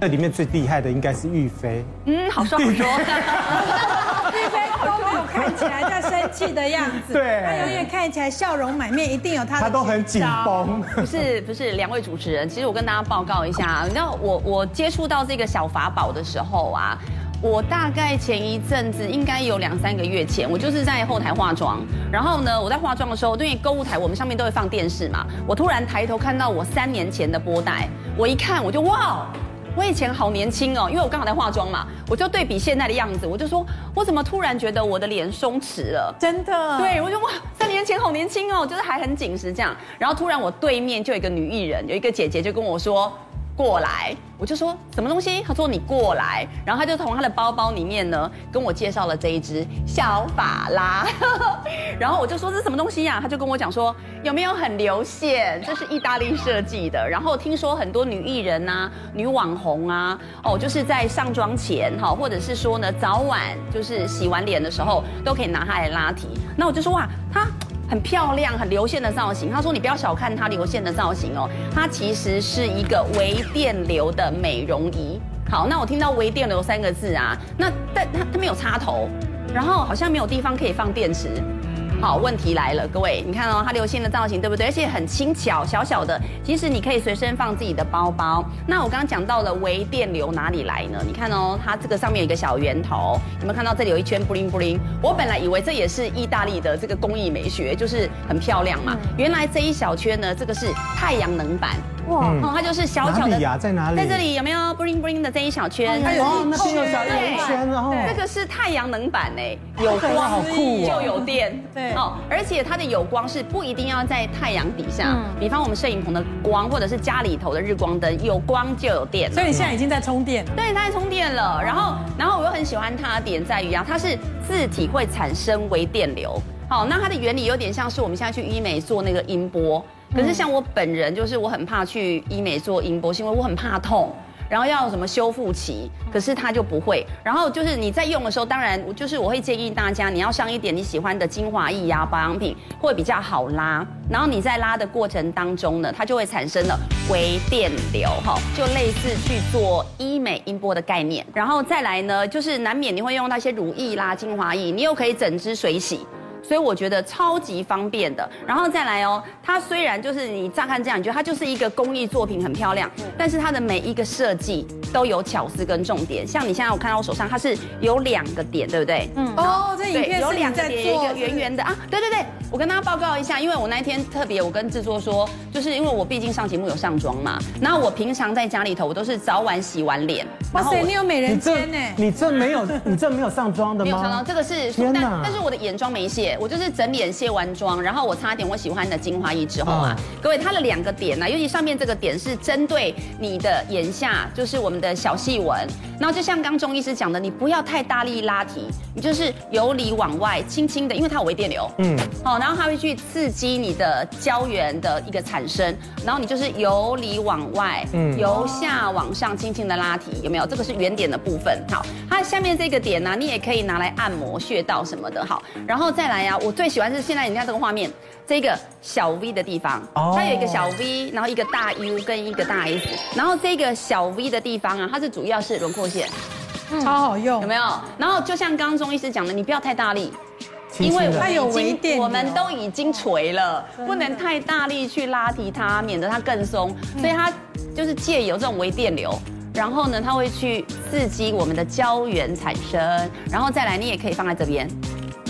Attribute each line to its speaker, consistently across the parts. Speaker 1: 这里面最厉害的应该是玉飞，
Speaker 2: 嗯，好说好说。
Speaker 3: 玉飞都没有看起来在生气的样子，
Speaker 1: 对
Speaker 3: 他永远看起来笑容满面，一定有他的。
Speaker 1: 她都很紧。绷。
Speaker 2: 不是不是，两位主持人，其实我跟大家报告一下，你知道我我接触到这个小法宝的时候啊，我大概前一阵子应该有两三个月前，我就是在后台化妆，然后呢，我在化妆的时候，因为购物台我们上面都会放电视嘛，我突然抬头看到我三年前的波带，我一看我就哇。哦我以前好年轻哦，因为我刚好在化妆嘛，我就对比现在的样子，我就说，我怎么突然觉得我的脸松弛了？
Speaker 3: 真的，
Speaker 2: 对，我就哇，三年前好年轻哦，就是还很紧实这样。然后突然我对面就有一个女艺人，有一个姐姐就跟我说。过来，我就说什么东西？她说你过来，然后她就从她的包包里面呢跟我介绍了这一只小法拉，然后我就说这是什么东西呀、她就跟我讲说有没有很流线？这是意大利设计的，然后听说很多女艺人啊、女网红啊，哦，就是在上妆前哈，或者是说呢早晚就是洗完脸的时候都可以拿它来拉提。那我就说哇，它很漂亮、很流线的造型。他说：“你不要小看它流线的造型哦，它其实是一个微电流的美容仪。”好，那我听到微电流三个字啊，那但它它没有插头，然后好像没有地方可以放电池。好，问题来了，各位，你看哦，它流线的造型对不对？而且很轻巧，小小的，其实你可以随身放自己的包包。那我刚刚讲到了微电流哪里来呢？你看哦，它这个上面有一个小圆头，有没有看到这里有一圈布灵布灵？我本来以为这也是意大利的这个工艺美学，就是很漂亮嘛。
Speaker 1: 嗯
Speaker 2: 原来这一小圈呢，这个是太阳能板，哇、
Speaker 1: 嗯
Speaker 2: 哦，它就是小小
Speaker 1: 哪
Speaker 2: 的
Speaker 1: 里呀在哪里
Speaker 2: 在这里有没有 bling bling 的这一小圈？
Speaker 3: 哎呦
Speaker 1: 哦，那边有小
Speaker 2: 对
Speaker 1: 圆圈哦，
Speaker 2: 这个是太阳能板哎，有
Speaker 1: 哇
Speaker 2: 光
Speaker 1: 好酷
Speaker 2: 就
Speaker 1: 哦
Speaker 2: 有电，
Speaker 3: 对
Speaker 2: 哦，而且它的有光是不一定要在太阳底下
Speaker 3: 嗯，
Speaker 2: 比方我们摄影棚的光，或者是家里头的日光灯，有光就有电。
Speaker 3: 所以你现在已经在充电了。
Speaker 2: 对，它还充电了。然后，然后我又很喜欢它的点在于啊，它是字体会产生微电流。好，那它的原理有点像是我们现在去医美做那个音波，可是像我本人就是我很怕去医美做音波，是因为我很怕痛。然后要有什么修复期，可是它就不会。然后就是你在用的时候，当然就是我会建议大家，你要上一点你喜欢的精华液啊、保养品，会比较好拉。然后你在拉的过程当中呢，它就会产生了微电流，哈，就类似去做医美音波的概念。然后再来呢，就是难免你会用到一些乳液啦、精华液，你又可以整支水洗。所以我觉得超级方便的。然后再来哦，它虽然就是你乍看这样，你觉得它就是一个工艺作品很漂亮，但是它的每一个设计都有巧思跟重点。像你现在我看到我手上，它是有两个点，对不对？嗯。
Speaker 3: 哦，这影
Speaker 2: 对，
Speaker 3: 片
Speaker 2: 有
Speaker 3: 是
Speaker 2: 两
Speaker 3: 你
Speaker 2: 个
Speaker 3: 在
Speaker 2: 点，有一
Speaker 3: 做
Speaker 2: 个圆。圆的啊，对对对，我跟大家报告一下，因为我那一天特别，我跟制作说，就是因为我毕竟上节目有上妆嘛，然后我平常在家里头，我都是早晚洗完脸，
Speaker 3: 哇
Speaker 2: 然后
Speaker 3: 塞，
Speaker 2: 我
Speaker 3: 你有美人
Speaker 1: 你
Speaker 3: 尖呢
Speaker 1: 这！你这没 有你这没有上妆的
Speaker 2: 没有想到
Speaker 1: 吗？
Speaker 2: 这个是，
Speaker 1: 天
Speaker 2: 但
Speaker 1: 哪
Speaker 2: 但是我的眼妆没卸，我就是整脸卸完妆，然后我擦点我喜欢的精华液之后啊，
Speaker 1: 嗯
Speaker 2: 各位它的两个点呢、啊尤其上面这个点是针对你的眼下，就是我们的小细纹。然后就像刚钟医师讲的，你不要太大力拉提，你就是由里往外轻轻的，因为它有微电流，
Speaker 1: 嗯，
Speaker 2: 好，然后它会去刺激你的胶原的一个产生，然后你就是由里往外，
Speaker 1: 嗯
Speaker 2: 由下往上轻轻的拉提，有没有？这个是圆点的部分。好，它下面这个点呢、你也可以拿来按摩穴道什么的。好，然后再来呀、啊我最喜欢是现在你看这个画面，这个小 V 的地方，
Speaker 1: 哦
Speaker 2: 它有一个小 V，然后一个大 U 跟一个大 S，然后这个小 V 的地方啊，它是主要是轮廓线，
Speaker 1: 哦
Speaker 3: 超好
Speaker 2: 嗯有
Speaker 3: 用。
Speaker 2: 没有？然后就像刚刚钟医师讲的，你不要太大力。
Speaker 1: 轻
Speaker 2: 因
Speaker 1: 轻
Speaker 2: 为
Speaker 1: 的哎
Speaker 2: 我
Speaker 3: 它
Speaker 2: 们
Speaker 3: 有
Speaker 2: 已
Speaker 3: 微电
Speaker 2: 经
Speaker 3: 流
Speaker 2: 我们都已经垂了，不能太大力去拉提它，免得它更松。
Speaker 3: 嗯
Speaker 2: 所以它就是借由这种微电流，然后呢，它会去刺激我们的胶原产生，然后再来，你也可以放在这边。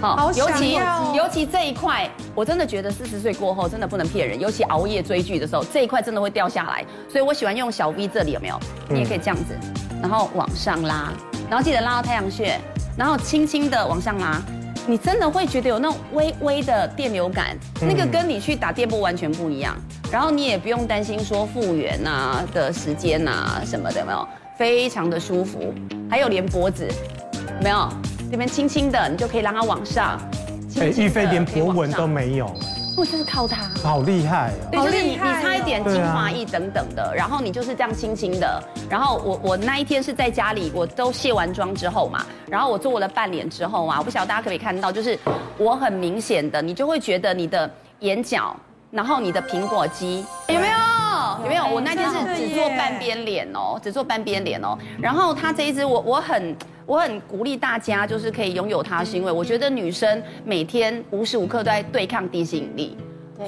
Speaker 3: 好
Speaker 2: 尤
Speaker 3: 想
Speaker 2: 其
Speaker 3: 要哦
Speaker 2: 尤其这一块，我真的觉得四十岁过后真的不能骗人，尤其熬夜追剧的时候，这一块真的会掉下来。所以我喜欢用小 V 这里有没有？你也可以这样子，然后往上拉，然后记得拉到太阳穴，然后轻轻的往上拉，你真的会觉得有那种微微的电流感，那个跟你去打电波完全不一样。然后你也不用担心说复原啊的时间啊什么的，有没有？非常的舒服，还有连脖子，有没有？这边轻轻的，你就可以让它往上。
Speaker 1: 哎，
Speaker 2: 轻轻地
Speaker 1: 玉飞连
Speaker 2: 可以
Speaker 1: 博
Speaker 2: 往
Speaker 1: 纹都
Speaker 2: 上，
Speaker 1: 没有，
Speaker 2: 不就是靠它。
Speaker 1: 好厉害哦！
Speaker 2: 对，
Speaker 3: 好
Speaker 2: 就是你
Speaker 3: 厉
Speaker 2: 你
Speaker 3: 害哦
Speaker 2: 擦一点精华液等等的，然后你就是这样轻轻的。然后我我那一天是在家里，我都卸完妆之后嘛，然后我做了半脸之后啊，我不晓得大家可不可以看到，就是我很明显的，你就会觉得你的眼角，然后你的苹果肌有没有？有没有？我那天是只做半边脸哦，只做半边脸哦。然后它这一支我，我很。我很鼓励大家，就是可以拥有它，是因为我觉得女生每天无时无刻都在对抗地心引力，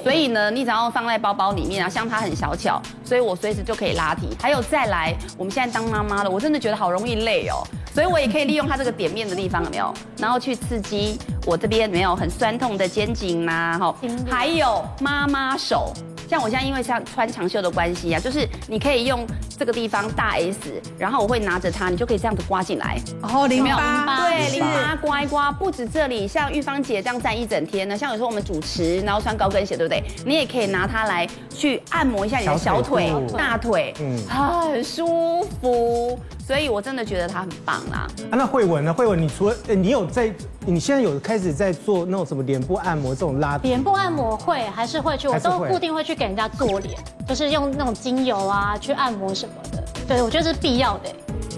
Speaker 2: 所以呢，你只要放在包包里面啊，像它很小巧，所以我随时就可以拉提。还有再来，我们现在当妈妈了，我真的觉得好容易累哦，所以我也可以利用它这个点面的地方有没有，然后去刺激我这边有没有很酸痛的肩颈呐、哈，还有妈妈手。像我现在因为像穿长袖的关系啊，就是你可以用这个地方大 S，然后我会拿着它，你就可以这样子刮进来，
Speaker 3: 然后淋
Speaker 2: 巴
Speaker 3: 巴，
Speaker 2: 对，淋巴刮一刮，不止这里，像玉芳姐这样站一整天呢，像有时候我们主持，然后穿高跟鞋，对不对？你也可以拿它来去按摩一下你的小
Speaker 1: 小腿
Speaker 2: 腿、
Speaker 1: 部
Speaker 2: 大腿，
Speaker 1: 嗯
Speaker 2: 很舒服。所以我真的觉得它很棒啦。
Speaker 1: 啊，那慧文呢？慧文，你除了呃你有在，你现在有开始在做那种什么脸部按摩这种拉
Speaker 4: 脸部按摩会还是会去，我
Speaker 1: 还是
Speaker 4: 都
Speaker 1: 会
Speaker 4: 固定会去给人家做脸，就是用那种精油啊去按摩什么的。对，我觉得这是必要的，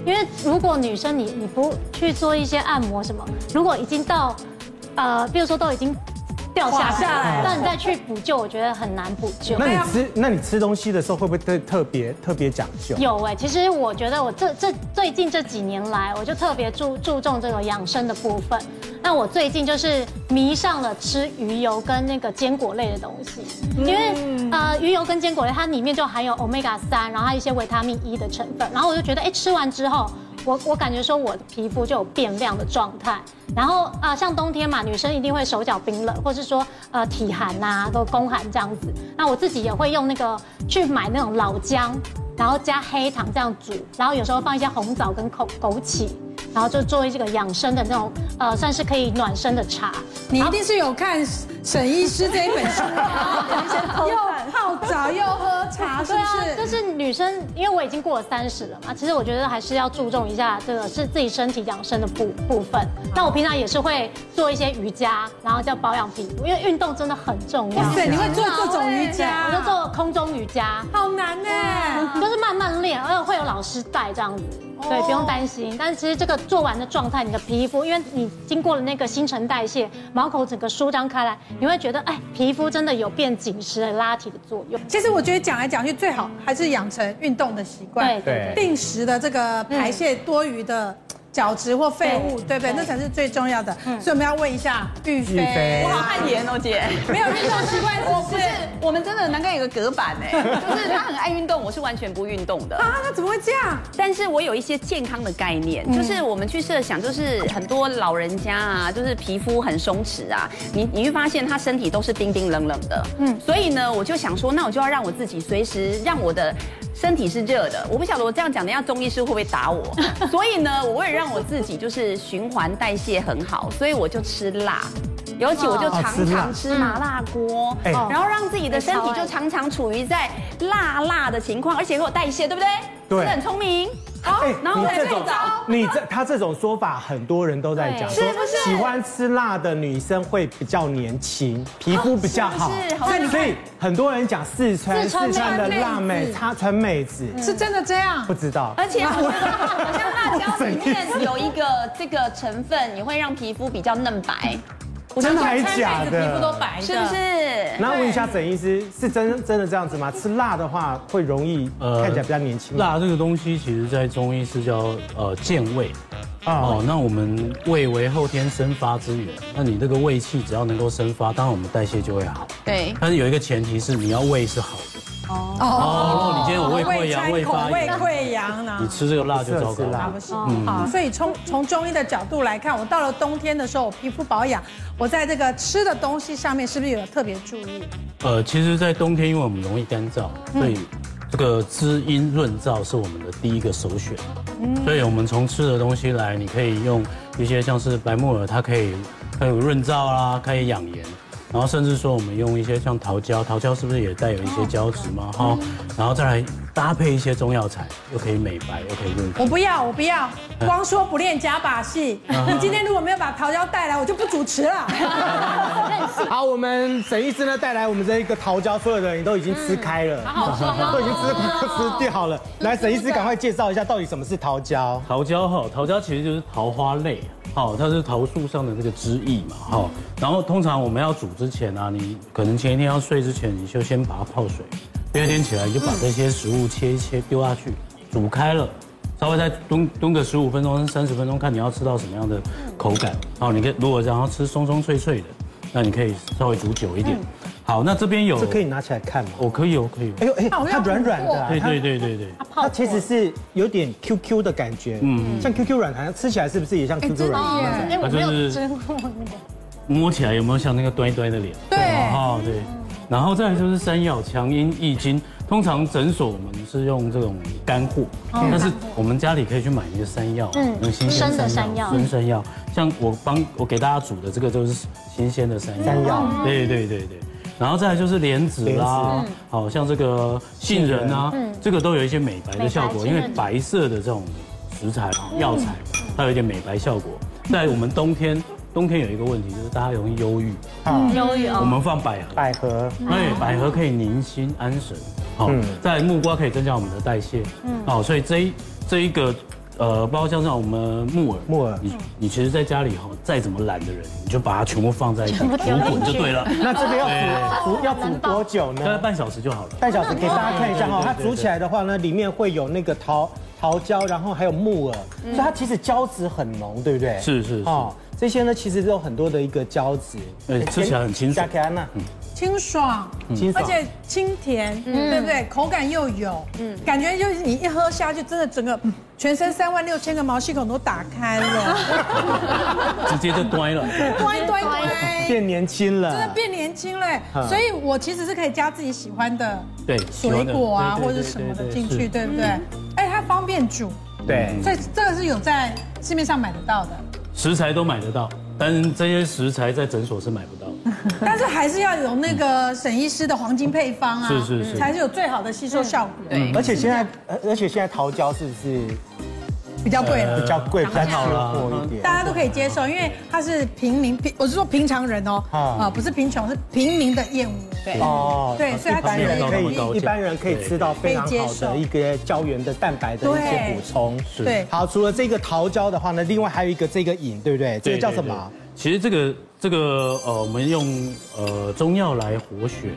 Speaker 4: 因为如果女生你你不去做一些按摩什么，如果已经到，呃，比如说都已经掉下
Speaker 3: 垮下来
Speaker 4: 来
Speaker 3: 了
Speaker 4: 了，那你再去补救，我觉得很难补救。
Speaker 1: 那你
Speaker 2: 啊
Speaker 1: 吃那你吃东西的时候会不会特特别特别讲究？
Speaker 4: 有哎、其实我觉得我这这最近这几年来，我就特别注注重这个养生的部分。那我最近就是迷上了吃鱼油跟那个坚果类的东西，因为、呃鱼油跟坚果类它里面就含有 omega 三，然后还有一些维他命 E 的成分，然后我就觉得哎、吃完之后。我我感觉说我的皮肤就有变亮的状态，然后啊、呃像冬天嘛，女生一定会手脚冰冷，或是说呃体寒呐、都宫寒这样子。那我自己也会用那个去买那种老姜，然后加黑糖这样煮，然后有时候放一些红枣跟枸枸杞，然后就做这个养生的那种呃，算是可以暖身的茶。
Speaker 3: 你一定是有看沈医师这一本书吧， 又泡澡又喝茶，是
Speaker 4: 对
Speaker 3: 不？
Speaker 4: 啊，就是是女生，因为我已经过了三十了嘛，其实我觉得还是要注重一下这个是自己身体养生的部部分。
Speaker 3: 嗯
Speaker 4: 那我平常也是会做一些瑜伽，然后叫保养皮肤，因为运动真的很重要。啊
Speaker 3: 哇塞，你会做各种瑜
Speaker 4: 我就
Speaker 3: 伽，
Speaker 4: 做空中瑜伽，
Speaker 3: 好难呢。
Speaker 4: 就是慢慢练，而且会有老师带这样子。对，
Speaker 3: 哦
Speaker 4: 不用担心。但是其实这个做完的状态，你的皮肤，因为你经过了那个新陈代谢，毛孔整个舒张开来，你会觉得，哎，皮肤真的有变紧实、拉提的作用。
Speaker 3: 其实我觉得讲来讲去，最好还是养成运动的习惯，
Speaker 4: 对对
Speaker 3: 定时的这个排泄多余的角质或废物，对不对？
Speaker 4: 对
Speaker 3: 那才是最重要的。
Speaker 1: 嗯
Speaker 3: 所以我们要问一下玉
Speaker 1: 玉
Speaker 3: 飞
Speaker 1: 飞，
Speaker 2: 哇，汗颜哦，姐。
Speaker 3: 没有运动习惯是
Speaker 2: 我
Speaker 3: 不
Speaker 2: 不
Speaker 3: 是
Speaker 2: 是？， 我们真的难怪有个隔板哎，就是他很爱运动，我是完全不运动的。
Speaker 3: 啊，那怎么会这样？
Speaker 2: 但是我有一些健康的概念，就是我们去设想，就是很多老人家啊，就是皮肤很松弛啊，你你会发现他身体都是冰冰冷冷的，嗯，所以呢，我就想说，那我就要让我自己随时让我的身体是热的。我不晓得我这样讲，等一下中医师会不会打我？所以呢，我为了让我自己就是循环代谢很好，所以我就吃辣。尤其我就
Speaker 1: 哦
Speaker 2: 常
Speaker 1: 吃辣
Speaker 2: 常吃麻辣锅，
Speaker 1: 哎
Speaker 2: 然后让自己的身体就常常处于在辣辣的情况，而且会有代谢，对不对？
Speaker 1: 对
Speaker 2: 是很聪明。好
Speaker 1: 哎，
Speaker 2: 然后
Speaker 1: 你
Speaker 2: 再
Speaker 1: 这
Speaker 2: 睡
Speaker 1: 种
Speaker 2: 着。
Speaker 1: 你这他这种说法，很多人都在讲，
Speaker 4: 对
Speaker 1: 说
Speaker 2: 是不是
Speaker 1: 喜欢吃辣的女生会比较年轻，皮肤比较好
Speaker 2: 哦是不是好。
Speaker 1: 所以所以很多人讲四川
Speaker 4: 四川
Speaker 1: 四川的
Speaker 3: 妹
Speaker 1: 辣妹
Speaker 3: 子，
Speaker 1: 她川妹子，
Speaker 2: 嗯
Speaker 3: 是真的这样
Speaker 1: 不？知道
Speaker 2: 而且我好 像辣椒里面有一个这个成分，也会让皮肤比较嫩白，
Speaker 1: 真的还是假
Speaker 5: 皮肤都
Speaker 1: 的。
Speaker 5: 白的，
Speaker 2: 是不是？
Speaker 1: 然后问一下沈医师，是真真的这样子吗？吃辣的话会容易
Speaker 6: 呃
Speaker 1: 看起来比较年轻吗？
Speaker 6: 辣这个东西，其实在中医是叫呃健胃。
Speaker 1: 啊
Speaker 6: 哦，那我们胃为后天生发之源，那你这个胃气只要能够生发，当然我们代谢就会好。
Speaker 2: 对，
Speaker 6: 但是有一个前提是你要胃是好的。
Speaker 3: 哦，
Speaker 6: 哦，如果你今天有胃溃疡、胃
Speaker 3: 口
Speaker 6: 发
Speaker 3: 胃
Speaker 6: 炎，
Speaker 3: 溃疡呢
Speaker 1: 嗯
Speaker 6: 你？吃这个辣就糟
Speaker 1: 不是
Speaker 6: 糕
Speaker 1: 不是辣
Speaker 3: 啊，不
Speaker 6: 了。
Speaker 3: 是，好，所以从从中医的角度来看，我到了冬天的时候，我皮肤保养，我在这个吃的东西上面是不是有特别注意？
Speaker 6: 呃，其实，在冬天，因为我们容易干燥，所以这个滋阴润燥是我们的第一个首选。所以我们从吃的东西来，你可以用一些像是白木耳，它可以它有润燥啦，可以养颜。然后甚至说，我们用一些像桃胶，桃胶是不是也带有一些胶质嘛？哈，然后再来搭配一些中药材，又可以美白，又可以润
Speaker 3: 我
Speaker 6: 肤。
Speaker 3: 不要，我不要，光说不练假把戏。
Speaker 6: 啊
Speaker 3: 你今天如果没有把桃胶带来，我就不主持 了。
Speaker 1: 好，我们沈医师呢带来我们这一个桃胶，所有的人都已经吃开了， 都已经吃快吃啊掉了。来，沈医师赶快介绍一下到底什么是桃胶。
Speaker 6: 桃胶哈，桃胶其实就是桃花类，好，它是桃树上的那个枝叶嘛，哈。然后通常我们要煮之前啊，你可能前一天要睡之前，你就先把它泡水，冬天起来，你就把这些食物切一切丢下去，煮开了，稍微再炖炖个十五分钟、三十分钟，看你要吃到什么样的口感。然后你可以如果想要吃松松脆脆的，那你可以稍微煮久一点。好，那这边有
Speaker 1: 嗯这可以，拿起来看吗？
Speaker 6: 我可以哦，可以哦。
Speaker 1: 哎呦哎，
Speaker 3: 那我要
Speaker 1: 它软软的啊，
Speaker 6: 对
Speaker 1: 它
Speaker 6: 对对对对，
Speaker 1: 它其实是有点 QQ 的感觉，嗯，像 QQ 软糖，吃起来是不是也像 QQ 软糖？
Speaker 4: 哎、我没有吃过那个。
Speaker 6: 摸起来有没有像那个端一端的脸？
Speaker 3: 对
Speaker 6: 哦对。然后再来就是山药、强阴、益精，通常诊所我们是用这种干货，但是我们家里可以去买那个山药，
Speaker 4: 哦嗯
Speaker 6: 用新鲜
Speaker 4: 生的山药
Speaker 6: 生山药。像我帮我给大家煮的这个就是新鲜的山药，
Speaker 1: 山药
Speaker 4: 哦
Speaker 6: 对对对对。然后再来就是莲子啦，好像这个杏仁啊，这个都有一些美白的效
Speaker 4: 嗯美
Speaker 6: 果，
Speaker 4: 白
Speaker 6: 因为
Speaker 4: 杏仁
Speaker 6: 白色的这种食材啊
Speaker 4: 嗯
Speaker 6: 药材，它有一点美白效果。在我们冬天，冬天有一个问题就是大家容易忧郁，
Speaker 2: 忧郁
Speaker 6: 我
Speaker 2: 哦，
Speaker 6: 们放百合，
Speaker 1: 百合，
Speaker 3: 嗯
Speaker 6: 哎，百合可以宁心安神，好
Speaker 1: 嗯，
Speaker 6: 在木瓜可以增加我们的代谢，
Speaker 3: 嗯
Speaker 6: 哦，所以这一这一个。呃，包括像像我们木耳，
Speaker 1: 木耳
Speaker 3: 嗯
Speaker 6: 你你其实在家里哈，再怎么懒的人，你就把它全部放在一起
Speaker 4: 全部
Speaker 6: 煮
Speaker 4: 丢进去
Speaker 6: 滚就 对了。
Speaker 1: 那这个要煮煮要煮多久
Speaker 6: 大概
Speaker 1: 呢？
Speaker 6: 半小时就好了。
Speaker 1: 半小时给大家看一下哈、
Speaker 6: 哦对对对
Speaker 1: 它煮起来的话呢，里面会有那个桃桃胶，然后还有木耳，所以它其实胶质很浓，对不对？
Speaker 6: 嗯是是是
Speaker 1: 哦，这些呢其实都有很多的一个胶质，
Speaker 6: 哎吃起来很清爽嗯
Speaker 1: 加给安娜，
Speaker 3: 清爽，
Speaker 1: 清
Speaker 3: 而
Speaker 1: 爽。
Speaker 3: 且清甜，对不对？口感又有，嗯，感觉就是你一喝下去，真的整个嗯全身三万六千个毛细孔都打开了，
Speaker 6: 直接就端了。
Speaker 3: 乖乖乖，
Speaker 1: 变年轻了，
Speaker 3: 真的变年轻嘞
Speaker 6: 啊
Speaker 1: 嗯。
Speaker 3: 所以我其实是可以加自己喜欢的
Speaker 6: 对，
Speaker 3: 水果啊，
Speaker 6: 对
Speaker 3: 或
Speaker 6: 对
Speaker 3: 者
Speaker 6: 对
Speaker 3: 是什么的
Speaker 6: 对对
Speaker 3: 进
Speaker 6: 是
Speaker 3: 去，对不对？哎，它方便煮，
Speaker 1: 对，
Speaker 3: 所以这个是有在市面上买得到的，
Speaker 6: 食材都买得到，但是这些食材在诊所是买不到的。
Speaker 3: 但是还是要有那个沈医师的黄金配方啊，
Speaker 6: 是是是
Speaker 3: 才是有最好的吸收效果，
Speaker 2: 对，
Speaker 1: 而且现在，而而且现在桃胶是不是
Speaker 3: 比较贵了
Speaker 6: 嗯
Speaker 1: 比。较贵，比较吃
Speaker 6: 好啦
Speaker 1: 货一点？
Speaker 3: 大家都可以接受，因为它是平民平，我是说平常人哦，
Speaker 1: 啊
Speaker 3: 啊，不是贫穷，是平民的燕窝。
Speaker 2: 对
Speaker 1: 哦
Speaker 3: 对所以它
Speaker 1: 一般
Speaker 6: 其实
Speaker 1: 人可
Speaker 6: 没有到那么
Speaker 1: 以
Speaker 6: 高价
Speaker 1: 一般人可以吃到非常
Speaker 3: 可以接
Speaker 1: 好
Speaker 3: 受
Speaker 1: 的一个胶原的蛋白的一些
Speaker 3: 对
Speaker 1: 补充。是
Speaker 3: 对
Speaker 1: 好，除了这个桃胶的话呢，另外还有一个这个饮，对不对？这个叫什么？
Speaker 6: 对？对对其实这个这个呃，我们用呃中药来活血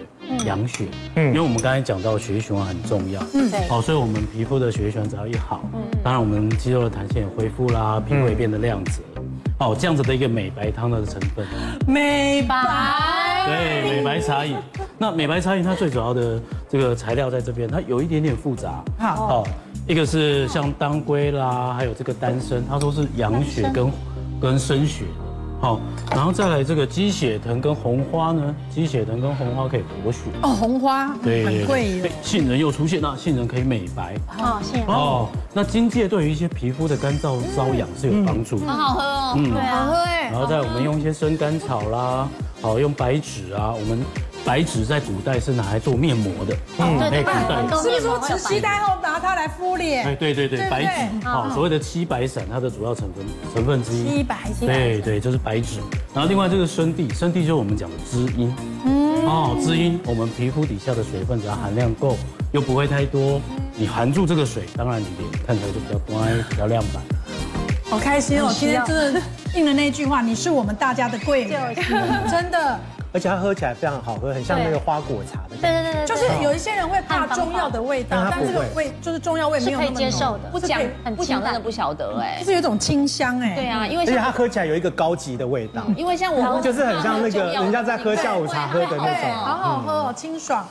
Speaker 6: 养血，嗯，因为我们刚才讲到血液循环很重要，嗯，
Speaker 4: 对
Speaker 6: 好，所以我们皮肤的血液循环只要一好，嗯，当然我们肌肉的弹性也恢复啦，
Speaker 1: 嗯
Speaker 6: 皮肤也变得亮泽。哦，这样子的一个美白汤的成分，
Speaker 3: 美
Speaker 4: 白
Speaker 6: 对，美白茶饮。那美白茶饮它最主要的这个材料在这边，它有一点点复杂。
Speaker 3: 好
Speaker 6: 哦，一个是像当归啦，还有这个丹参，它都是养血跟跟生血。好，然后再来这个鸡血藤跟红花呢，鸡血藤跟红花可以活血。
Speaker 3: 哦，红花很贵耶，
Speaker 6: 杏仁又出现了，杏仁可以美白。
Speaker 4: 哦，谢谢。
Speaker 6: 哦，那荆芥对于一些皮肤的干燥瘙痒是有帮
Speaker 3: 嗯
Speaker 6: 助的。
Speaker 2: 好喝
Speaker 1: 嗯
Speaker 2: 哦，
Speaker 4: 对
Speaker 3: 好喝
Speaker 4: 啊，
Speaker 3: 哎
Speaker 6: 然，后再我们用一些生甘草啦，好用白芷啊，我们白芷在古代是拿来做面膜的，嗯
Speaker 4: 哦对对
Speaker 6: 古
Speaker 4: 对
Speaker 6: 代
Speaker 4: 对
Speaker 6: 的。
Speaker 3: 是不是说慈禧太后拿它来敷
Speaker 6: 哎，
Speaker 3: 脸？
Speaker 6: 对对对，
Speaker 3: 对
Speaker 6: 白芷，好，所谓的七白散，它的主要成分成分之一，
Speaker 3: 一百斤，
Speaker 6: 对对，就是白芷。然后另外这个生地，生地就是我们讲的滋阴。嗯。哦，滋阴，我们皮肤底下的水分只要含量够，又不会太多，你含住这个水，当然你脸看起来就比较乖，比较亮白。
Speaker 3: 好开心哦！今天真的应了那句话，你是我们大家的贵人，真的。
Speaker 1: 而且它喝起来非常好喝，很像那个花果茶的感觉。
Speaker 4: 对对对对，
Speaker 3: 就是有一些人会怕中药的味道，但这个味就是中药味没有那么
Speaker 4: 是可以接受的
Speaker 2: 不讲
Speaker 4: 很
Speaker 2: 不讲
Speaker 4: 清
Speaker 2: 真
Speaker 4: 淡
Speaker 2: 的不晓得哎
Speaker 3: 就，是有一种清香哎。
Speaker 2: 对啊，因为
Speaker 1: 而且它
Speaker 2: 像
Speaker 1: 喝起来有一个高级的味
Speaker 3: 嗯
Speaker 1: 道，
Speaker 2: 因为像我
Speaker 1: 就是很像那个人家在喝下午茶喝的那
Speaker 3: 对，
Speaker 1: 种。
Speaker 3: 好好喝哦，清爽，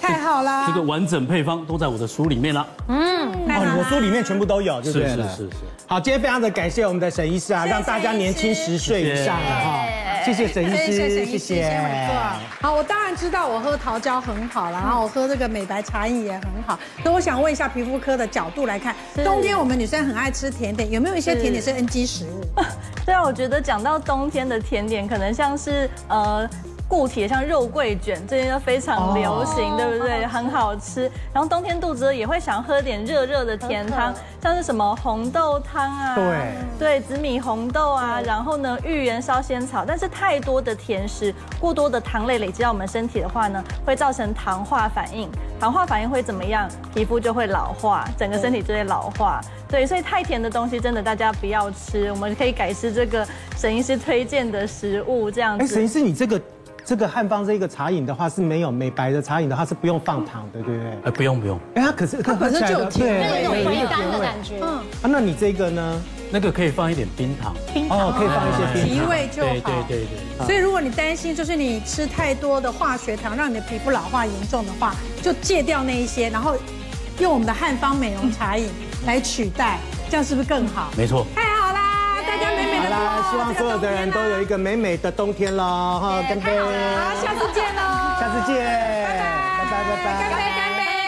Speaker 3: 太好啦
Speaker 6: 这。个完整配方都在我的书里面啦。
Speaker 1: 哦，你的书里面全部都有，对不
Speaker 6: 是
Speaker 1: 对？
Speaker 6: 是是是。
Speaker 1: 好，今天非常的感谢我们的沈医师啊，
Speaker 3: 谢谢
Speaker 1: 让大家年轻十岁以上啊，哈，谢谢沈医
Speaker 3: 哎
Speaker 1: 师，
Speaker 3: 谢谢沈医师，谢伟座。好，我当然知道我喝桃胶很好啦，然后我喝这个美白茶饮也很好。那我想问一下皮肤科的角度来看，冬天我们女生很爱吃甜点，有没有一些甜点是 NG 食物？
Speaker 5: 对啊，我觉得讲到冬天的甜点，可能像是呃。固体像肉桂卷，最近都非常流行，对不对？很哦好吃。然后冬天肚子饿也会想喝点热热的甜汤，像是什么红豆汤啊，
Speaker 1: 对
Speaker 5: 对，紫米红豆啊，然后呢芋圆烧仙草。但是太多的甜食，过多的糖类累积到我们身体的话呢，会造成糖化反应。糖化反应会怎么样？皮肤就会老化，整个身体就会老化。对，所以太甜的东西真的大家不要吃，我们可以改吃这个沈医师推荐的食物这样
Speaker 1: 哎，沈医
Speaker 5: 子。
Speaker 1: 师，你这个这个汉方这个茶饮的话是没有美白的茶饮的话是不用放糖的，对不对？
Speaker 6: 哎，不用不用，
Speaker 1: 哎，它可是它
Speaker 3: 本身
Speaker 1: 喝起来
Speaker 3: 就有
Speaker 1: 的
Speaker 3: 甜
Speaker 1: 对
Speaker 4: 就是一种
Speaker 1: 有一
Speaker 4: 回
Speaker 1: 点
Speaker 4: 甘的
Speaker 1: 甜味哦
Speaker 4: 感觉，嗯，
Speaker 1: 啊，那你这个呢？
Speaker 6: 那个可以放一点冰糖，
Speaker 4: 冰糖
Speaker 1: 哦，可以放一些冰
Speaker 3: 啊提
Speaker 1: 糖。
Speaker 3: 味就
Speaker 6: 对对
Speaker 3: 好。
Speaker 6: 对对，啊
Speaker 1: 嗯
Speaker 3: 所以如果你担心就是你吃太多的化学糖，让你的皮肤老化严重的话，就戒掉那一些，然后用我们的汉方美容茶饮来取代，这样是不是更好？
Speaker 6: 没错。
Speaker 3: 太好啦，大家美美
Speaker 1: 好
Speaker 3: 的
Speaker 1: 啦，希望所有的人都有一个美美的冬啊天喽！哈，干杯！
Speaker 3: 好，下次见喽，
Speaker 1: 下次见，拜拜拜拜。
Speaker 3: 干杯干杯。